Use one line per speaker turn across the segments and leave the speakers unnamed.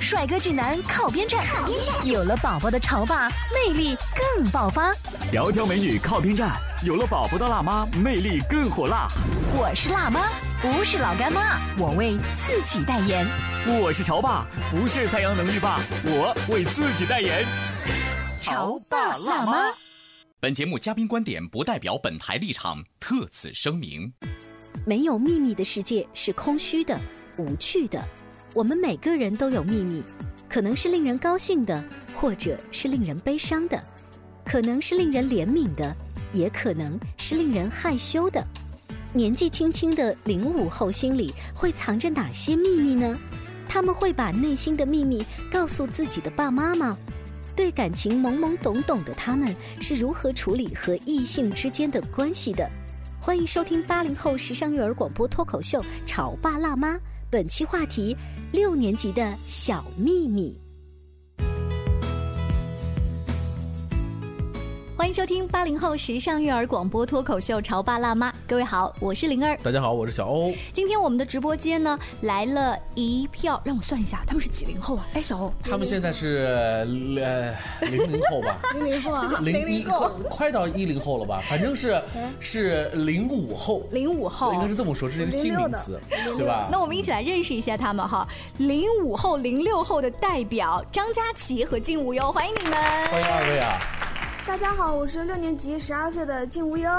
帅哥俊男靠边站，靠边站有了宝宝的潮爸魅力更爆发。
窈窕美女靠边站，有了宝宝的辣妈魅力更火辣。
我是辣妈，不是老干妈，我为自己代言。
我是潮爸，不是太阳能浴霸，我为自己代言。
潮爸辣妈。
本节目嘉宾观点不代表本台立场，特此声明。
没有秘密的世界是空虚的、无趣的。我们每个人都有秘密，可能是令人高兴的，或者是令人悲伤的，可能是令人怜悯的，也可能是令人害羞的。年纪轻轻的零五后心里会藏着哪些秘密呢？他们会把内心的秘密告诉自己的爸妈吗？对感情懵懵懂懂的他们是如何处理和异性之间的关系的？欢迎收听八零后时尚育儿广播脱口秀《潮爸辣妈》，本期话题：六年级的小秘密。
欢迎收听八零后时尚育儿广播脱口秀《潮爸辣妈》，各位好，我是灵儿。
大家好，我是小欧。
今天我们的直播间呢来了一票，
让我算一下，他们是几零后啊？哎，小欧，
他们现在是呃零零后吧？
零零后啊，
零一快快到一零后了吧？反正是是零五后，
零五后
应该是这么说，这是一个新名词，对吧？
那我们一起来认识一下他们哈，零五后、零六后的代表张佳琪和金无忧，欢迎你们！
欢迎二位啊！
大家好，我是六年级十二岁的靳无忧。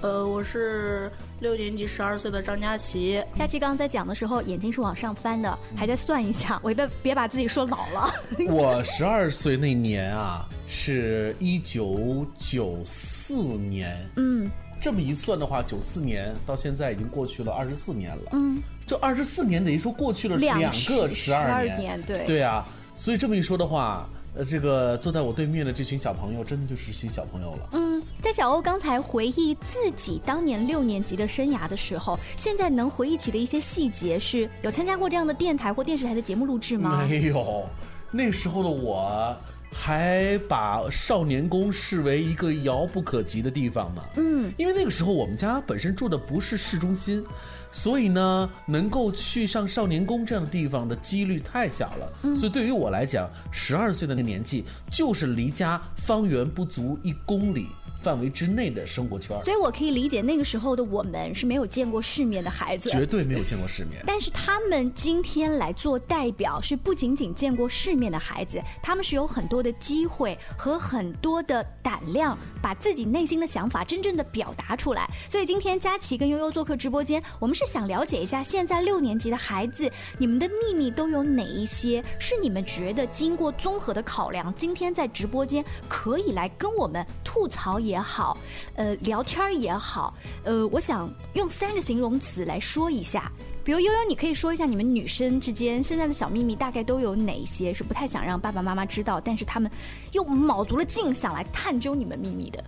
呃，我是六年级十二岁的张佳琪。
佳琪刚刚在讲的时候，眼睛是往上翻的，还在算一下，我别别把自己说老了。
我十二岁那年啊，是一九九四年，
嗯，
这么一算的话，九四年到现在已经过去了二十四年了，
嗯，
这二十四年等于说过去了两个
十
二
年，对
对啊，所以这么一说的话，呃，这个坐在我对面的这群小朋友，真的就是群小朋友了。
嗯，在小欧刚才回忆自己当年六年级的生涯的时候，现在能回忆起的一些细节是，有参加过这样的电台或电视台的节目录制吗？
没有，那时候的我还把少年宫视为一个遥不可及的地方呢。
嗯，
因为那个时候我们家本身住的不是市中心，所以呢，能够去上少年宫这样的地方的几率太小了。
嗯
所以对于我来讲，十二岁的那个年纪，就是离家方圆不足一公里范围之内的生活圈儿，
所以我可以理解那个时候的我们是没有见过世面的孩子。
绝对没有见过世面。
但是他们今天来做代表，是不仅仅见过世面的孩子，他们是有很多的机会和很多的胆量，把自己内心的想法真正的表达出来。所以今天佳琪跟悠悠做客直播间，我们是想了解一下现在六年级的孩子，你们的秘密都有哪一些？是你们觉得经过综合的考量，今天在直播间可以来跟我们吐槽也好，呃，聊天儿也好，呃，我想用三个形容词来说一下。比如悠悠，你可以说一下你们女生之间现在的小秘密大概都有哪些是不太想让爸爸妈妈知道，但是他们又卯足了劲想来探究你们秘密的。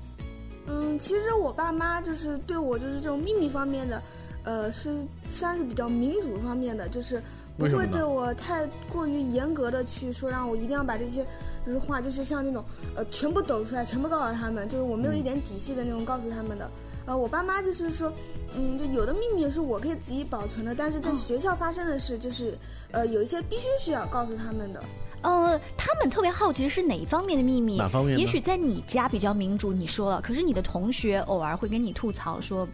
嗯，其实我爸妈就是对我就是这种秘密方面的，呃，是算是比较民主方面的，就是不
为什么
会
呢
对我太过于严格的去说让我一定要把这些就是话就是像那种呃全部抖出来，全部告诉他们，就是我没有一点底细的那种告诉他们的。呃，我爸妈就是说，嗯，就有的秘密是我可以自己保存的，但
嗯
是在学校发生的事，就是、呃有一些必须需要告诉他们的。
呃，他们特别好奇的是哪一方面的秘密？
哪方面呢
也许在你家比较民主，你说了，可是你的同学偶尔会跟你吐槽说，嘖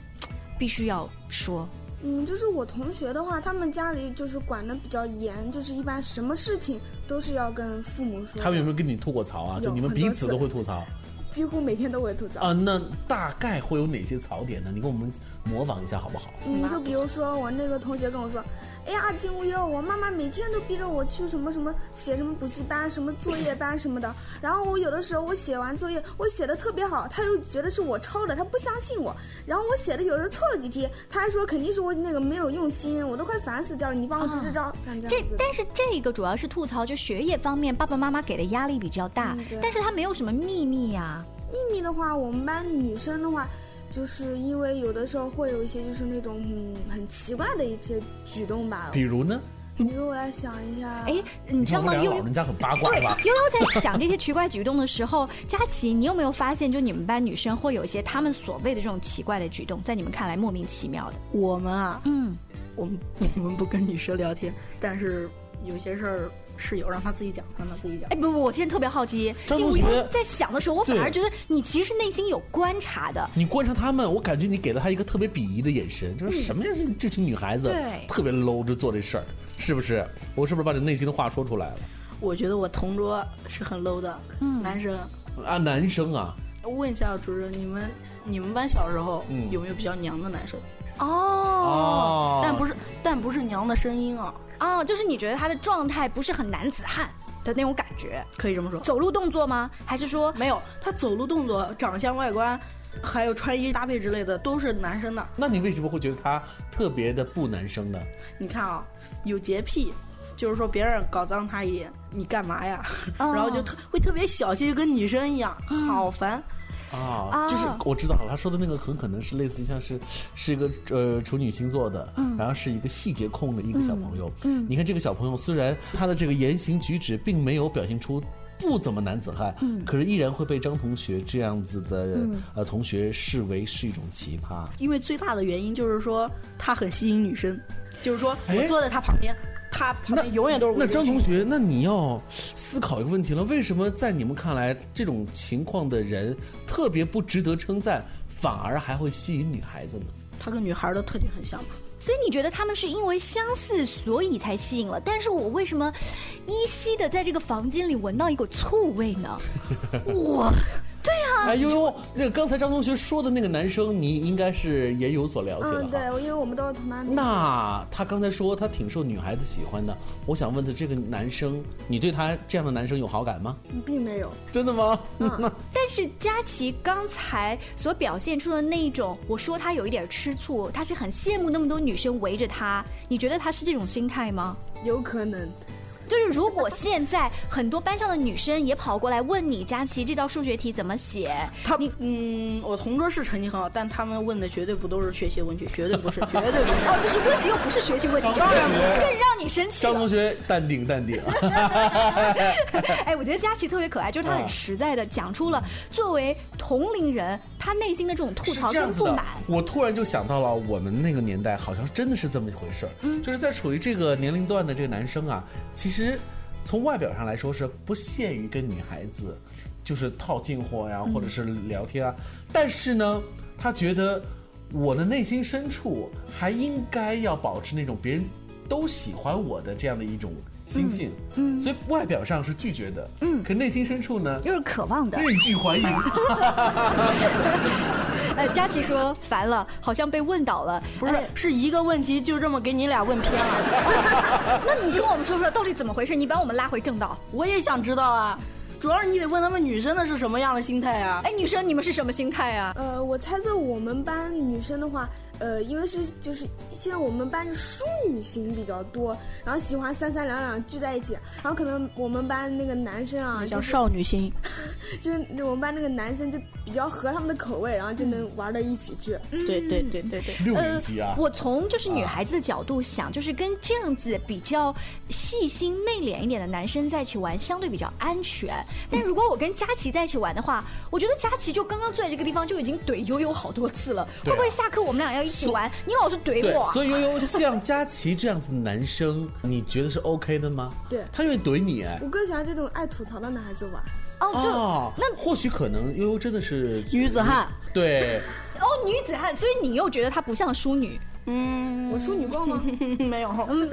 必须要说。
嗯，就是我同学的话，他们家里就是管的比较严，就是一般什么事情都是要跟父母说的。
他们有没有跟你吐过槽啊？就
有
你们
很
彼
多
此
次
都会吐槽。
几乎每天都会吐槽。
啊，那大概会有哪些槽点呢？你给我们模仿一下好不好？
嗯，就比如说我那个同学跟我说，哎呀，金无忧，我妈妈每天都逼着我去什么什么写什么补习班、什么作业班什么的。然后我有的时候我写完作业，我写的特别好，她又觉得是我抄的，她不相信我。然后我写的有时候错了几题，她还说肯定是我那个没有用心，我都快烦死掉了。你帮我支支招，啊像这
这
样子的。
但是这个主要是吐槽，就学业方面爸爸妈妈给的压力比较大，
嗯对
但是他没有什么秘密呀、
秘密的话，我们班女生的话，就是因为有的时候会有一些就是那种嗯很奇怪的一些举动吧。
比如呢？
比如我来想一下，
哎，，你
你
知道
看我
吗？
们
悠悠
俩老人家很八卦
对，
吧？
悠悠在想这些奇怪举动的时候，佳琪，你有没有发现，就你们班女生会有一些她们所谓的这种奇怪的举动，在你们看来莫名其妙的？
我们啊，
嗯，
我们 我们不跟女生聊天，但是有些事儿室友让她自己讲，让她自己讲
哎，。不，不，我现在特别好奇，
张
就
同
我
学
因为在想的时候，我反
对
而觉得你其实内心有观察的，
你观察他们，我感觉你给了他一个特别鄙夷的眼神，就是什么呀？这这群女孩子
对
特别 low，就做这事儿，是不是？我是不是把你内心的话说出来了？
我觉得我同桌是很 low 的、
嗯
男生。
啊，男生啊，
问一下主任，你们你们班小时候
嗯
有没有比较娘的男生？
哦
但不是但不是娘的声音啊，
哦，就是你觉得她的状态不是很男子汉的那种感觉，
可以这么说。
走路动作吗？还是说
没有，他走路动作、长相、外观，还有穿衣搭配之类的，都是男生的。
那你为什么会觉得他特别的不男生呢？
你看啊，有洁癖，就是说别人搞脏他一点，你干嘛呀？
哦
然后就特会特别小气，就跟女生一样，
嗯
好烦。
啊，就是我知道了，他说的那个很可能是类似于像是是一个呃处女星座的，
嗯
然后是一个细节控的一个小朋友。嗯，你看这个小朋友虽然他的这个言行举止并没有表现出。不怎么男子汉，
嗯
可是依然会被张同学这样子的、呃同学视为是一种奇葩。
因为最大的原因就是说他很吸引女生，就是说
哎
我坐在他旁边，他旁边永远都是我
那
的
张
群
同学，那你要思考一个问题了：为什么在你们看来这种情况的人特别不值得称赞，反而还会吸引女孩子呢？
他跟女孩的特点很像嘛。
所以你觉得他们是因为相似所以才吸引了？但是我为什么依稀的在这个房间里闻到一股醋味呢？
哎呦呦，那个刚才张同学说的那个男生，你应该是也有所了解了
嗯，对，
哈。
我因为我们都是同班同学。
那他刚才说他挺受女孩子喜欢的，我想问他这个男生，你对他这样的男生有好感吗？
并没有，
真的吗？
嗯
但是佳琪刚才所表现出的那一种，我说她有一点吃醋，她是很羡慕那么多女生围着她。你觉得她是这种心态吗？
有可能。
就是如果现在很多班上的女生也跑过来问你，佳琪这道数学题怎么写？
他嗯，我同桌是成绩很好，但他们问的绝对不都是学习问题，绝 对不是，绝对不是。
哦，就是问的又不是学习问题，
张同
这更
学
让你生气
张
了。
同学淡定淡定，
哎，我觉得佳琪特别可爱，就是她很实在的讲出了作为同龄人她内心的这种吐
是
槽
这样
跟
子
不
的
满。。
我突然就想到了我们那个年代，好像真的是这么一回事儿。就是在处于这个年龄段的这个男生啊，其实从外表上来说是不屑于跟女孩子就是套近乎呀，或者是聊天啊。但是呢，他觉得我的内心深处还应该要保持那种别人都喜欢我的这样的一种心性。嗯，所以外表上是拒绝的，嗯，可内心深处呢，
又是渴望的，
欲拒还迎。
呃，佳琪说烦了，好像被问倒了。
不是
哎，
是一个问题就这么给你俩问偏了。
那你跟我们说说到底怎么回事？你把我们拉回正道。
我也想知道啊，主要是你得问他们女生的是什么样的心态啊。
哎，女生你们是什么心态啊？
呃，我猜测我们班女生的话，呃，因为是就是现在我们班是淑女型比较多，然后喜欢三三两两聚在一起，然后可能我们班那个男生啊，
叫
就是
少女心，
就是我们班那个男生就比较合他们的口味，然后就能玩到一起去。
对对对对对。
六
呃
年级啊，，
我从就是女孩子的角度想，就是跟这样子比较细心内敛一点的男生在一起玩，相对比较安全。但如果我跟佳琪在一起玩的话，我觉得佳琪就刚刚坐在这个地方就已经怼悠悠好多次了，
对
会
啊
不会下课我们俩要一起玩？你老是怼
对
我啊，，
所以悠悠像佳琪这样子的男生，你觉得是 OK 的吗？
对
他愿意怼你哎。
我更喜欢这种爱吐槽的男孩子玩。
哦，就
哦，
那
或许可能悠悠真的是
女子汉，
对，
哦女子汉，所以你又觉得她不像淑女，
嗯，
我淑女 过吗？
没有，
嗯，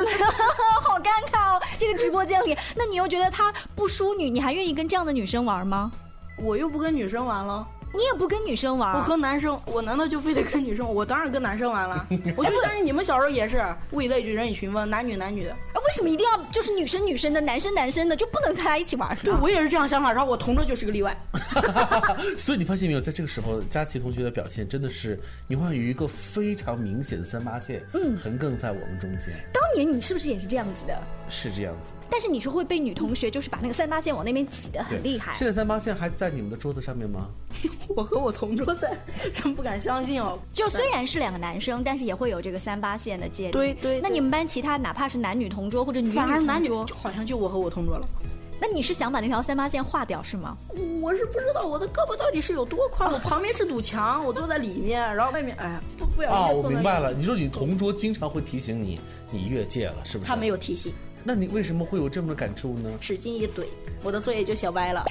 好尴尬哦，这个直播间里，那你又觉得她不淑女，你还愿意跟这样的女生玩吗？
我又不跟女生玩了，
你也不跟女生玩
我
儿，
和男生，我难道就非得跟女生？我当然跟男生玩 了。我就相信你们小时候也是，物以类聚，人以群分，男女男女的。
啊为什么一定要就是女生女生的，男生男生的就不能大家一起玩儿呢？
对我也是这样想法，然后我同桌就是个 例外。
所以你发现没有，在这个时候，佳琪同学的表现真的是，你会有一个非常明显的三八线，嗯，横亘在我们中间，
当年你是不是也是这样子的？
是这样子。
但是你是会被女同学就是把那个三八线往那边挤得很
对
厉害。
现在三八线还在你们的桌子上面吗？
我和我同桌在，真不敢相信哦。
就虽然是两个男生，但是也会有这个三八线的界定。
对对对
那你们班其他哪怕是男女同桌或者女女
反而男
同
女
桌，
就好像就我和我同桌了。
那你是想把那条三八线划掉是吗？
我是不知道我的胳膊到底是有多宽，我旁边是堵墙，我坐在里面，然后外面哎，不不小
啊，
心
我
碰到
明
一
白
个。
了，你说你同桌经常会提醒你，你越界了，是不是？
他没。有提醒，
那你为什么会有这么的感触呢？
使劲一怼，我的作业就写歪了。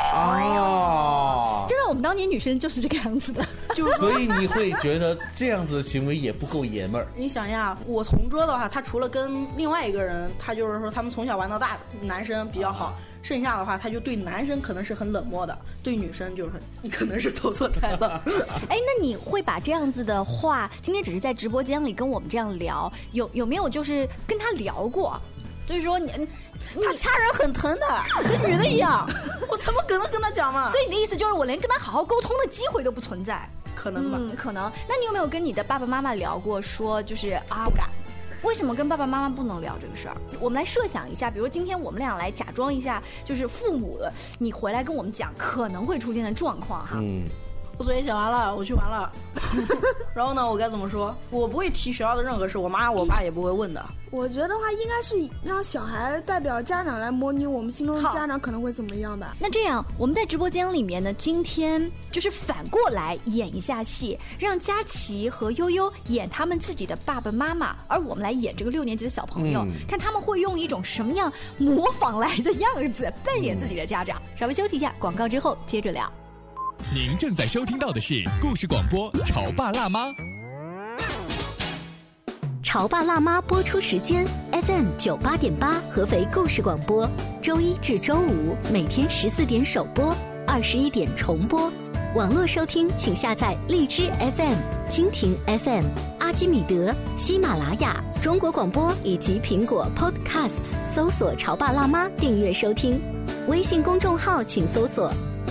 啊，
真的，我们当年女生就是这个样子的。
就是 说
所以你会觉得这样子的行为也不够爷们儿。
你想一下，我同桌的话，他除了跟另外一个人，他就是说他们从小玩到大，男生比较
啊
好。剩下的话，他就对男生可能是很冷漠的，对女生就是你可能是投错胎 了。
哎，那你会把这样子的话，今天只是在直播间里跟我们这样聊，有有没有就是跟他聊过？就是说你，嗯你
他掐人很疼的，跟女的一样。我怎么可能跟他讲嘛？
所以你的意思就是我连跟他好好沟通的机会都不存在？
可能吧。
嗯，可能。那你有没有跟你的爸爸妈妈聊过，说就是啊，不敢。为什么跟爸爸妈妈不能聊这个事儿？我们来设想一下，比如今天我们俩来假装一下，就是父母，你回来跟我们讲可能会出现的状况哈。
嗯，
我作业写完了，我去玩了。 然后呢，我该怎么说？我不会提学校的任何事，我妈我爸也不会问的。
我觉得话应该是让小孩代表家长来模拟我们心中的
好
家长可能会怎么样吧。
那这样，我们在直播间里面呢，今天就是反过来演一下戏，让佳琪和悠悠演他们自己的爸爸妈妈，而我们来演这个六年级的小朋友，
嗯
看他们会用一种什么样模仿来的样子扮演自己的家长。稍微休息一下，广告之后接着聊。
您正在收听到的是故事广播《潮爸辣妈》。
《潮爸辣妈》播出时间：FM 九八点八，合肥故事广播，周一至周五每天十四点首播，二十一点重播。网络收听，请下载荔枝 FM、蜻蜓 FM、阿基米德、喜马拉雅、中国广播以及苹果 Podcasts，搜索“潮爸辣妈”订阅收听。微信公众号请搜索“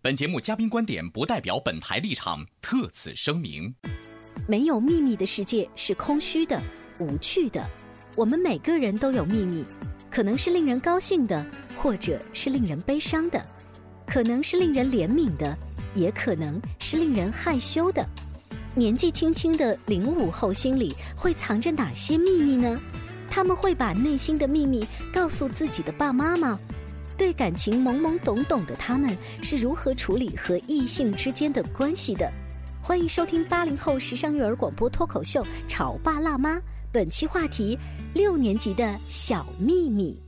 本节目嘉宾观点不代表本台立场，特此声明。
没有秘密的世界是空虚的、无趣的。我们每个人都有秘密，可能是令人高兴的，或者是令人悲伤的，可能是令人怜悯的，也可能是令人害羞的。年纪轻轻的零五后心里会藏着哪些秘密呢？他们会把内心的秘密告诉自己的爸妈吗？对感情懵懵懂懂的他们是如何处理和异性之间的关系的？欢迎收听八零后时尚育儿广播脱口秀《潮爸辣妈》，本期话题：六年级的小秘密。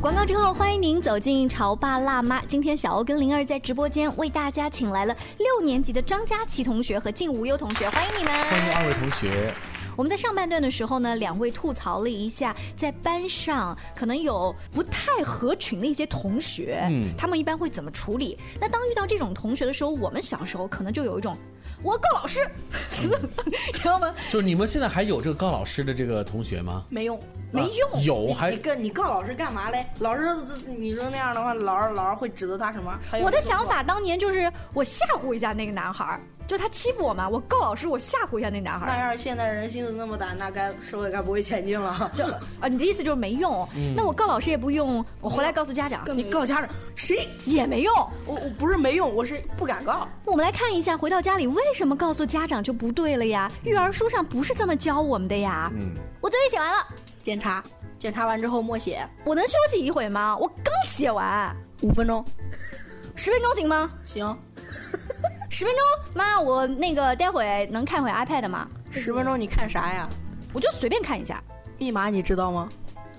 广告之后，欢迎您走进《潮爸辣妈》。今天小欧跟灵儿在直播间为大家请来了六年级的张佳琪同学和靳无忧同学，欢迎你们！
欢迎二位同学。
我们在上半段的时候呢，两位吐槽了一下在班上可能有不太合群的一些同学，
嗯
他们一般会怎么处理？那当遇到这种同学的时候，我们小时候可能就有一种我要告老师，知道吗？
就是你们现在还有这个高老师的这个同学吗？
没用。
没用
啊有
你
还
你跟你告老师干嘛嘞？老师，你说那样的话，老师老师会指责他什么？还有
我的
你说
想
错
法当年就是我吓唬一下那个男孩儿，就是他欺负我嘛，我告老师，我吓唬一下那男孩儿
那。要是现在人心思那么大，那该社会该不会前进了。
啊，你的意思就是没用？那我告老师也不用，我回来告诉家长
你告家长谁？
也没用。
我我不是没用，我是不敢告。
我们来看一下，回到家里为什么告诉家长就不对了呀？育儿书上不是这么教我们的呀。
嗯，
我作业写完了，
检查，检查完之后默写
我能休息一会吗？我刚写完，
五分钟，
十分钟行吗？
行。
十分钟，妈，我那个待会能看会 iPad 吗？
十分钟你看啥呀？
我就随便看一下。
密码你知道吗？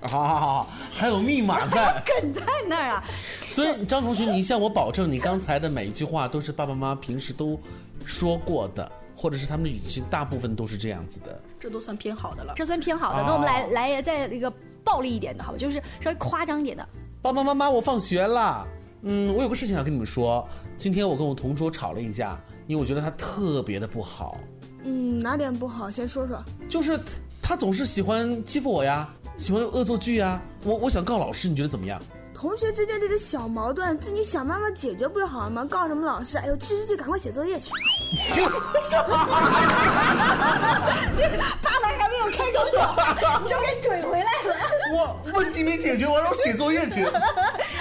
好好好，啊还有密码 在。
梗在那儿啊！
所以张同学，你向我保证，你刚才的每一句话都是爸爸妈妈平时都说过的，或者是他们的语气，大部分都是这样子的。
这都算偏好的了。
这算偏好的。那我们来来再一个暴力一点的，好吧？就是稍微夸张一点的。
爸爸妈妈，我放学了。嗯，我有个事情要跟你们说。今天我跟我同桌吵了一架，因为我觉得他特别的不好，
嗯，哪点不好？先说说。
就是他总是喜欢欺负我呀，喜欢恶作剧呀。我我想告老师，你觉得怎么样？
同学之间这种小矛盾，自己想办法解决不就好了吗？告什么老师？哎呦，去去去，赶快写作 业去！
这爸爸还没有开口讲，你就给怼回来了。
我问题没解决，我让我写作业去。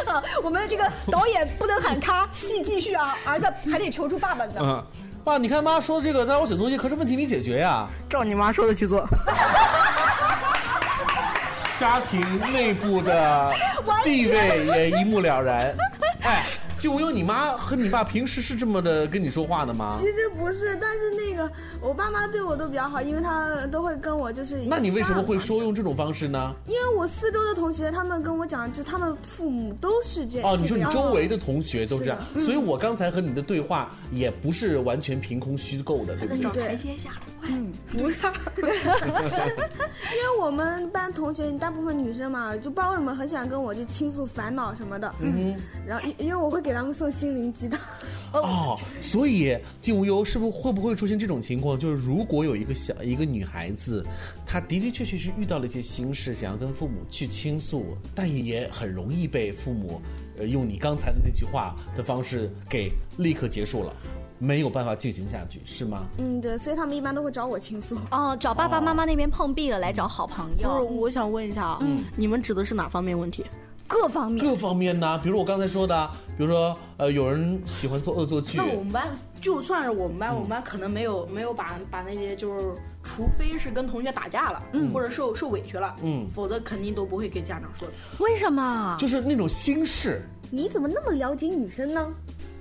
好，我们这个导演不能喊咔，戏继续啊！儿子还得求助爸爸呢。
嗯，爸，你看妈说的这个，让我写作业，可是问题没解决呀。
照你妈说的去做。
家庭内部 的地位也一目了然。哎，就唯有你妈和你爸平时是这么的跟你说话的吗？
其实不是，但是那个我爸妈对我都比较好，因为他都会跟我就是。
那你为什么会说？用这种方式呢？
因为我四周的同学，他们跟我讲，就他们父母都是这。
哦，你说你
这个样
周
子
围的同学都是这样，
是的嗯
所以我刚才和你的对话也不是完全凭空虚构的，对不对？
台阶下，嗯，不是，因为我们班同学大部分女生嘛，就不知道为什么很喜欢跟我就倾诉烦恼什么的，
嗯哼
然后因因为我会给他们送心灵鸡汤，
哦，所以静无忧是不是会不会出现这种情况？就是如果有一个小一个女孩子，她的的确确是遇到了一些心事，想要跟父母去倾诉，但也很容易被父母，呃，用你刚才的那句话的方式给立刻结束了，没有办法进行下去，是吗？
嗯，对，所以他们一般都会找我倾诉。
哦，找爸爸妈妈那边碰壁了，来找好朋
不是，
友，
我想问一下啊，
嗯
你们指的是哪方面问题？
各方面。
各方面呢，比如我刚才说的，比如说，呃，有人喜欢做恶作剧
那，我们班就算是我们班，我
嗯
们班可能没有没有把把那些就是，除非是跟同学打架了，
嗯
或者受受委屈了，
嗯
否则肯定都不会跟家长说的。
为什么？
就是那种心事，
你怎么那么了解女生呢？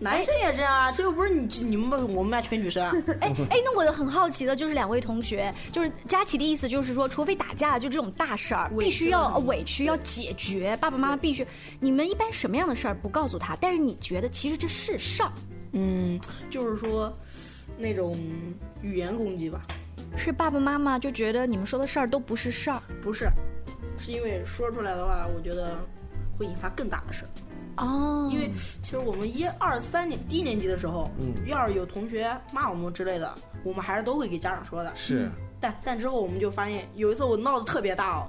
男生也这样啊，这又不是你你们班我们班全女生啊。
哎哎，那我很好奇的就是两位同学，就是佳琪的意思就是说，除非打架，就这种大事儿，
委
必
屈
须要
了
呃委屈，要解决，爸爸妈妈必须。你们一般什么样的事儿不告诉他，但是你觉得其实这是事儿，
嗯，就是说那种语言攻击吧，
是爸爸妈妈就觉得你们说的事儿都不是事儿
不是，是因为说出来的话，我觉得会引发更大的事儿。
哦，
因为其实我们一二三年低年级的时候，
嗯
要是有同学骂我们之类的，我们还是都会给家长说的。嗯
是
但但之后我们就发现，有一次我闹得特别大哦，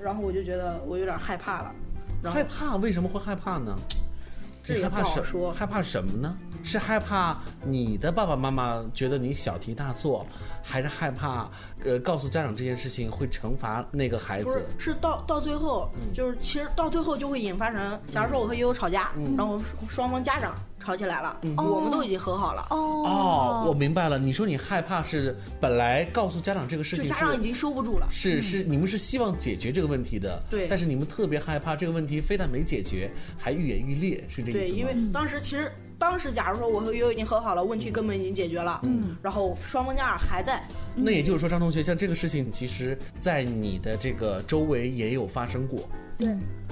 然后我就觉得我有点害怕了，然后
害怕，为什么会害怕呢？
这
你
也
害怕
不好
什
说
害怕什么呢？是害怕你的爸爸妈妈觉得你小题大做，还是害怕呃告诉家长这件事情会惩罚那个孩
不是
子？嗯
是到到最后，就是其实到最后就会引发成，假如说我和悠悠吵架，
嗯
然后双方家长吵起来了，我们都已经和好了，
哦，我明白了。你说你害怕是本来告诉家长这个事
就
情
家长已经收不住了。
是是是，你们是希望解决这个问题的，
嗯对
但是你们特别害怕这个问题，非但没解决，还愈演愈烈，是这意思吗？
对，因为嗯当时其实当时假如说我和悠悠已经和好了，问题根本已经解决了，嗯，然后双方家长还在，
那也就是说，张同学，像这个事情，其实在你的这个周围也有发生过，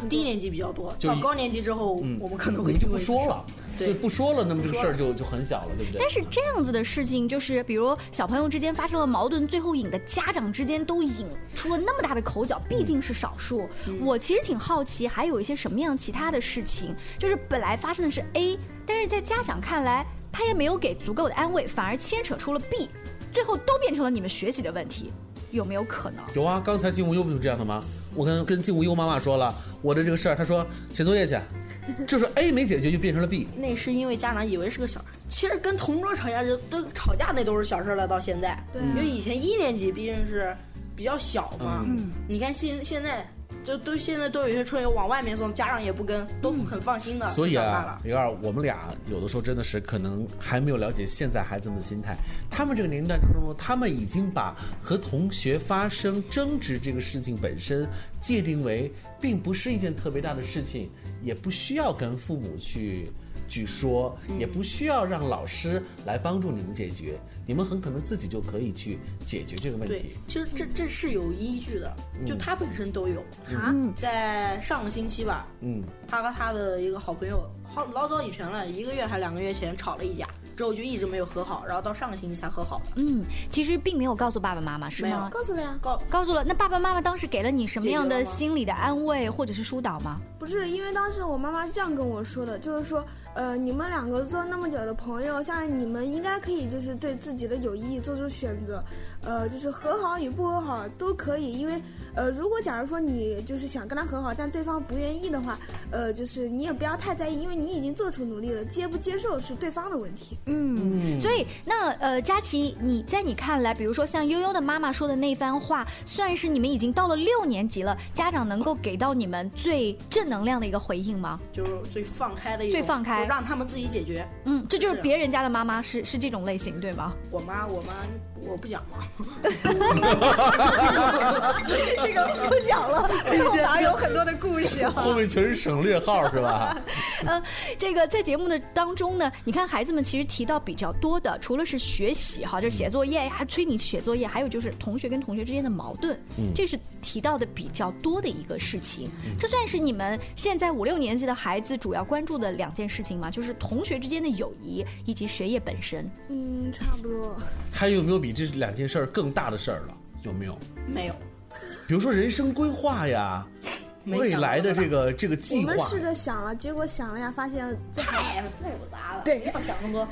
低年级比较多，
嗯就
到
一
高年级之后
嗯，
我们可能
你
会
就
听
不
闻
说了，
对
所以不说了，那么这个事儿就就很小了，对不对
但？是这样子的事情，就是比如小朋友之间发生了矛盾，最后引的家长之间都引出了那么大的口角，毕竟是少数。
嗯
我其实挺好奇，还有一些什么样其他的事情，就是本来发生的是 A，但是在家长看来，他也没有给足够的安慰，反而牵扯出了 B，最后都变成了你们学习的问题，有没有可能？
有啊，刚才静无忧不就这样的吗？我跟跟静无忧妈妈说了我的这个事儿，她说写作业去， 就是 A 没解决就变成了 B，
那是因为家长以为是个小，其实跟同桌吵架这都吵架那都是小事了，到现在，
对啊
因为以前一年级毕竟是比较小嘛，
嗯
你看现现在就都现在都有些春游往外面送，家长也不跟，都很放心的，
所以
嗯长大
啊
了，，
刘二，我们俩有的时候真的是可能还没有了解现在孩子们的心态。他们这个年龄段当中，他们已经把和同学发生争执这个事情本身界定为并不是一件特别大的事情，也不需要跟父母去去说，
嗯
也不需要让老师来帮助你们解决，你们很可能自己就可以去解决这个问
对
题。，
其实这这是有依据的，
嗯
就他本身都有。
啊嗯
在上个星期吧，
嗯，
他和他的一个好朋友，好老早以前了，一个月还两个月前吵了一架，之后就一直没有和好，然后到上个星期才和好的。
嗯，其实并没有告诉爸爸妈妈，是
没
吗
有？
告诉了呀，
告
告诉了。那爸爸妈妈当时给了你什么样
解
的
决了吗
心理的安慰或者是疏导吗？
不是，因为当时我妈妈是这样跟我说的，就是说，呃，你们两个做那么久的朋友，像你们应该可以就是对自己的友谊做出选择，呃，就是和好与不和好都可以，因为，呃，如果假如说你就是想跟他和好，但对方不愿意的话，呃，就是你也不要太在意，因为你已经做出努力了，接不接受是对方的问题。
嗯，
嗯
所以那呃，佳琪，你在你看来，比如说像悠悠的妈妈说的那番话，算是你们已经到了六年级了，家长能够给到你们最正能量的一个回应吗？
就是最放开的一种，
最放开
就让他们自己解决。
嗯，这就是
样
别人家的妈妈是是这种类型，对吗？
我妈，我妈，我不讲了。
这个不讲 了，最后反而有很多的故事、啊。
后面全是省略号是吧？
呃，这个在节目的当中呢，你看孩子们其实提到比较多的，除了是学习哈，就是写作业呀、催你写作业，还有就是同学跟同学之间的矛盾，
嗯
这是提到的比较多的一个事情。这算是你们现在五六年级的孩子主要关注的两件事情吗？就是同学之间的友谊以及学业本身。
嗯，差不多。
还有没有比这两件事儿更大的事儿了？有没有？
没有，
比如说人生规划呀，
没
未
想
来的
到
这个这个
我
计划
们，试着想了，结果想了呀，发现这太
复杂了，
对，
不要想那么多。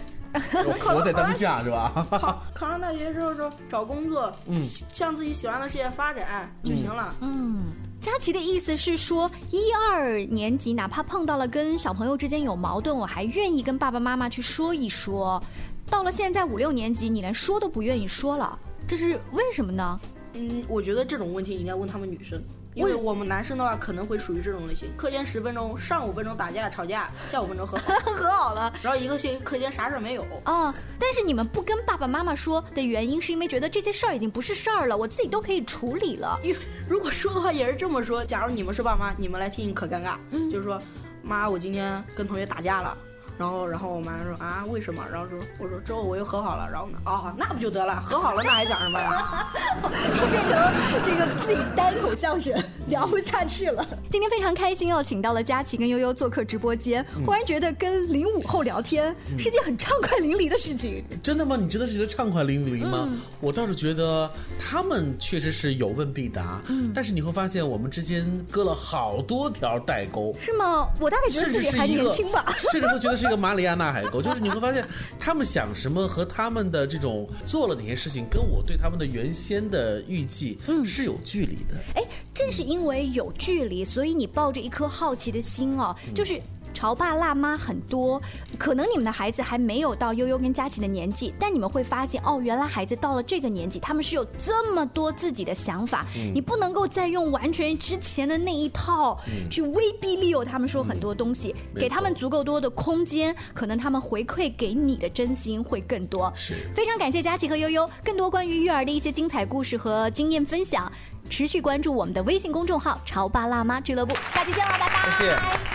活在当下是吧？
考上大学之后，说找工作，
嗯
向自己喜欢的事业发展就行了。
嗯，佳琪的意思是说，一二年级哪怕碰到了跟小朋友之间有矛盾，我还愿意跟爸爸妈妈去说一说。到了现在五六年级，你连说都不愿意说了，这是为什么呢？
嗯，我觉得这种问题应该问他们女生，因为
为
我们男生的话可能会属于这种类型：课间十分钟，上五分钟打架吵架，下五分钟和 好，
和好了，
然后一个星期课间啥事儿没有。
啊、但是你们不跟爸爸妈妈说的原因，是因为觉得这些事儿已经不是事儿了，我自己都可以处理了。
因为如果说的话也是这么说，假如你们是爸妈，你们来听可尴尬，就是说，妈，我今天跟同学打架了。然后，然后我妈说啊，为什么？然后说，我说之后我又和好了。然后呢，哦，那不就得了？和好了，那还讲什么呀？
就变成这个自己单口相声聊不下去了。今天非常开心哦，请到了佳琪跟悠悠做客直播间，忽然觉得跟零五后聊天
嗯
是件很畅快淋漓的事情。
真的吗？你真的是觉得畅快淋漓吗？
嗯
我倒是觉得他们确实是有问必答，
嗯
但是你会发现我们之间割了好多条代沟。
是吗？我大概觉得
甚
自
至
己
是
还
一
年
个
轻吧。
甚至会觉得是一个马里亚纳海沟，就是你会发现他们想什么和他们的这种做了哪些事情，跟我对他们的原先的预计是有距离的。
嗯哎，正是因为有距离，所以你抱着一颗好奇的心哦，
嗯
就是。潮爸辣妈很多，可能你们的孩子还没有到悠悠跟佳琪的年纪，但你们会发现哦，原来孩子到了这个年纪，他们是有这么多自己的想法。
嗯
你不能够再用完全之前的那一套、
嗯
去威逼利诱他们说很多东西，
嗯
没
给他们
错
足够多的空间，可能他们回馈给你的真心会更多。
是
非常感谢佳琪和悠悠，更多关于育儿的一些精彩故事和经验分享，持续关注我们的微信公众号“潮爸辣妈俱乐部”，下期见了，拜拜。
再见。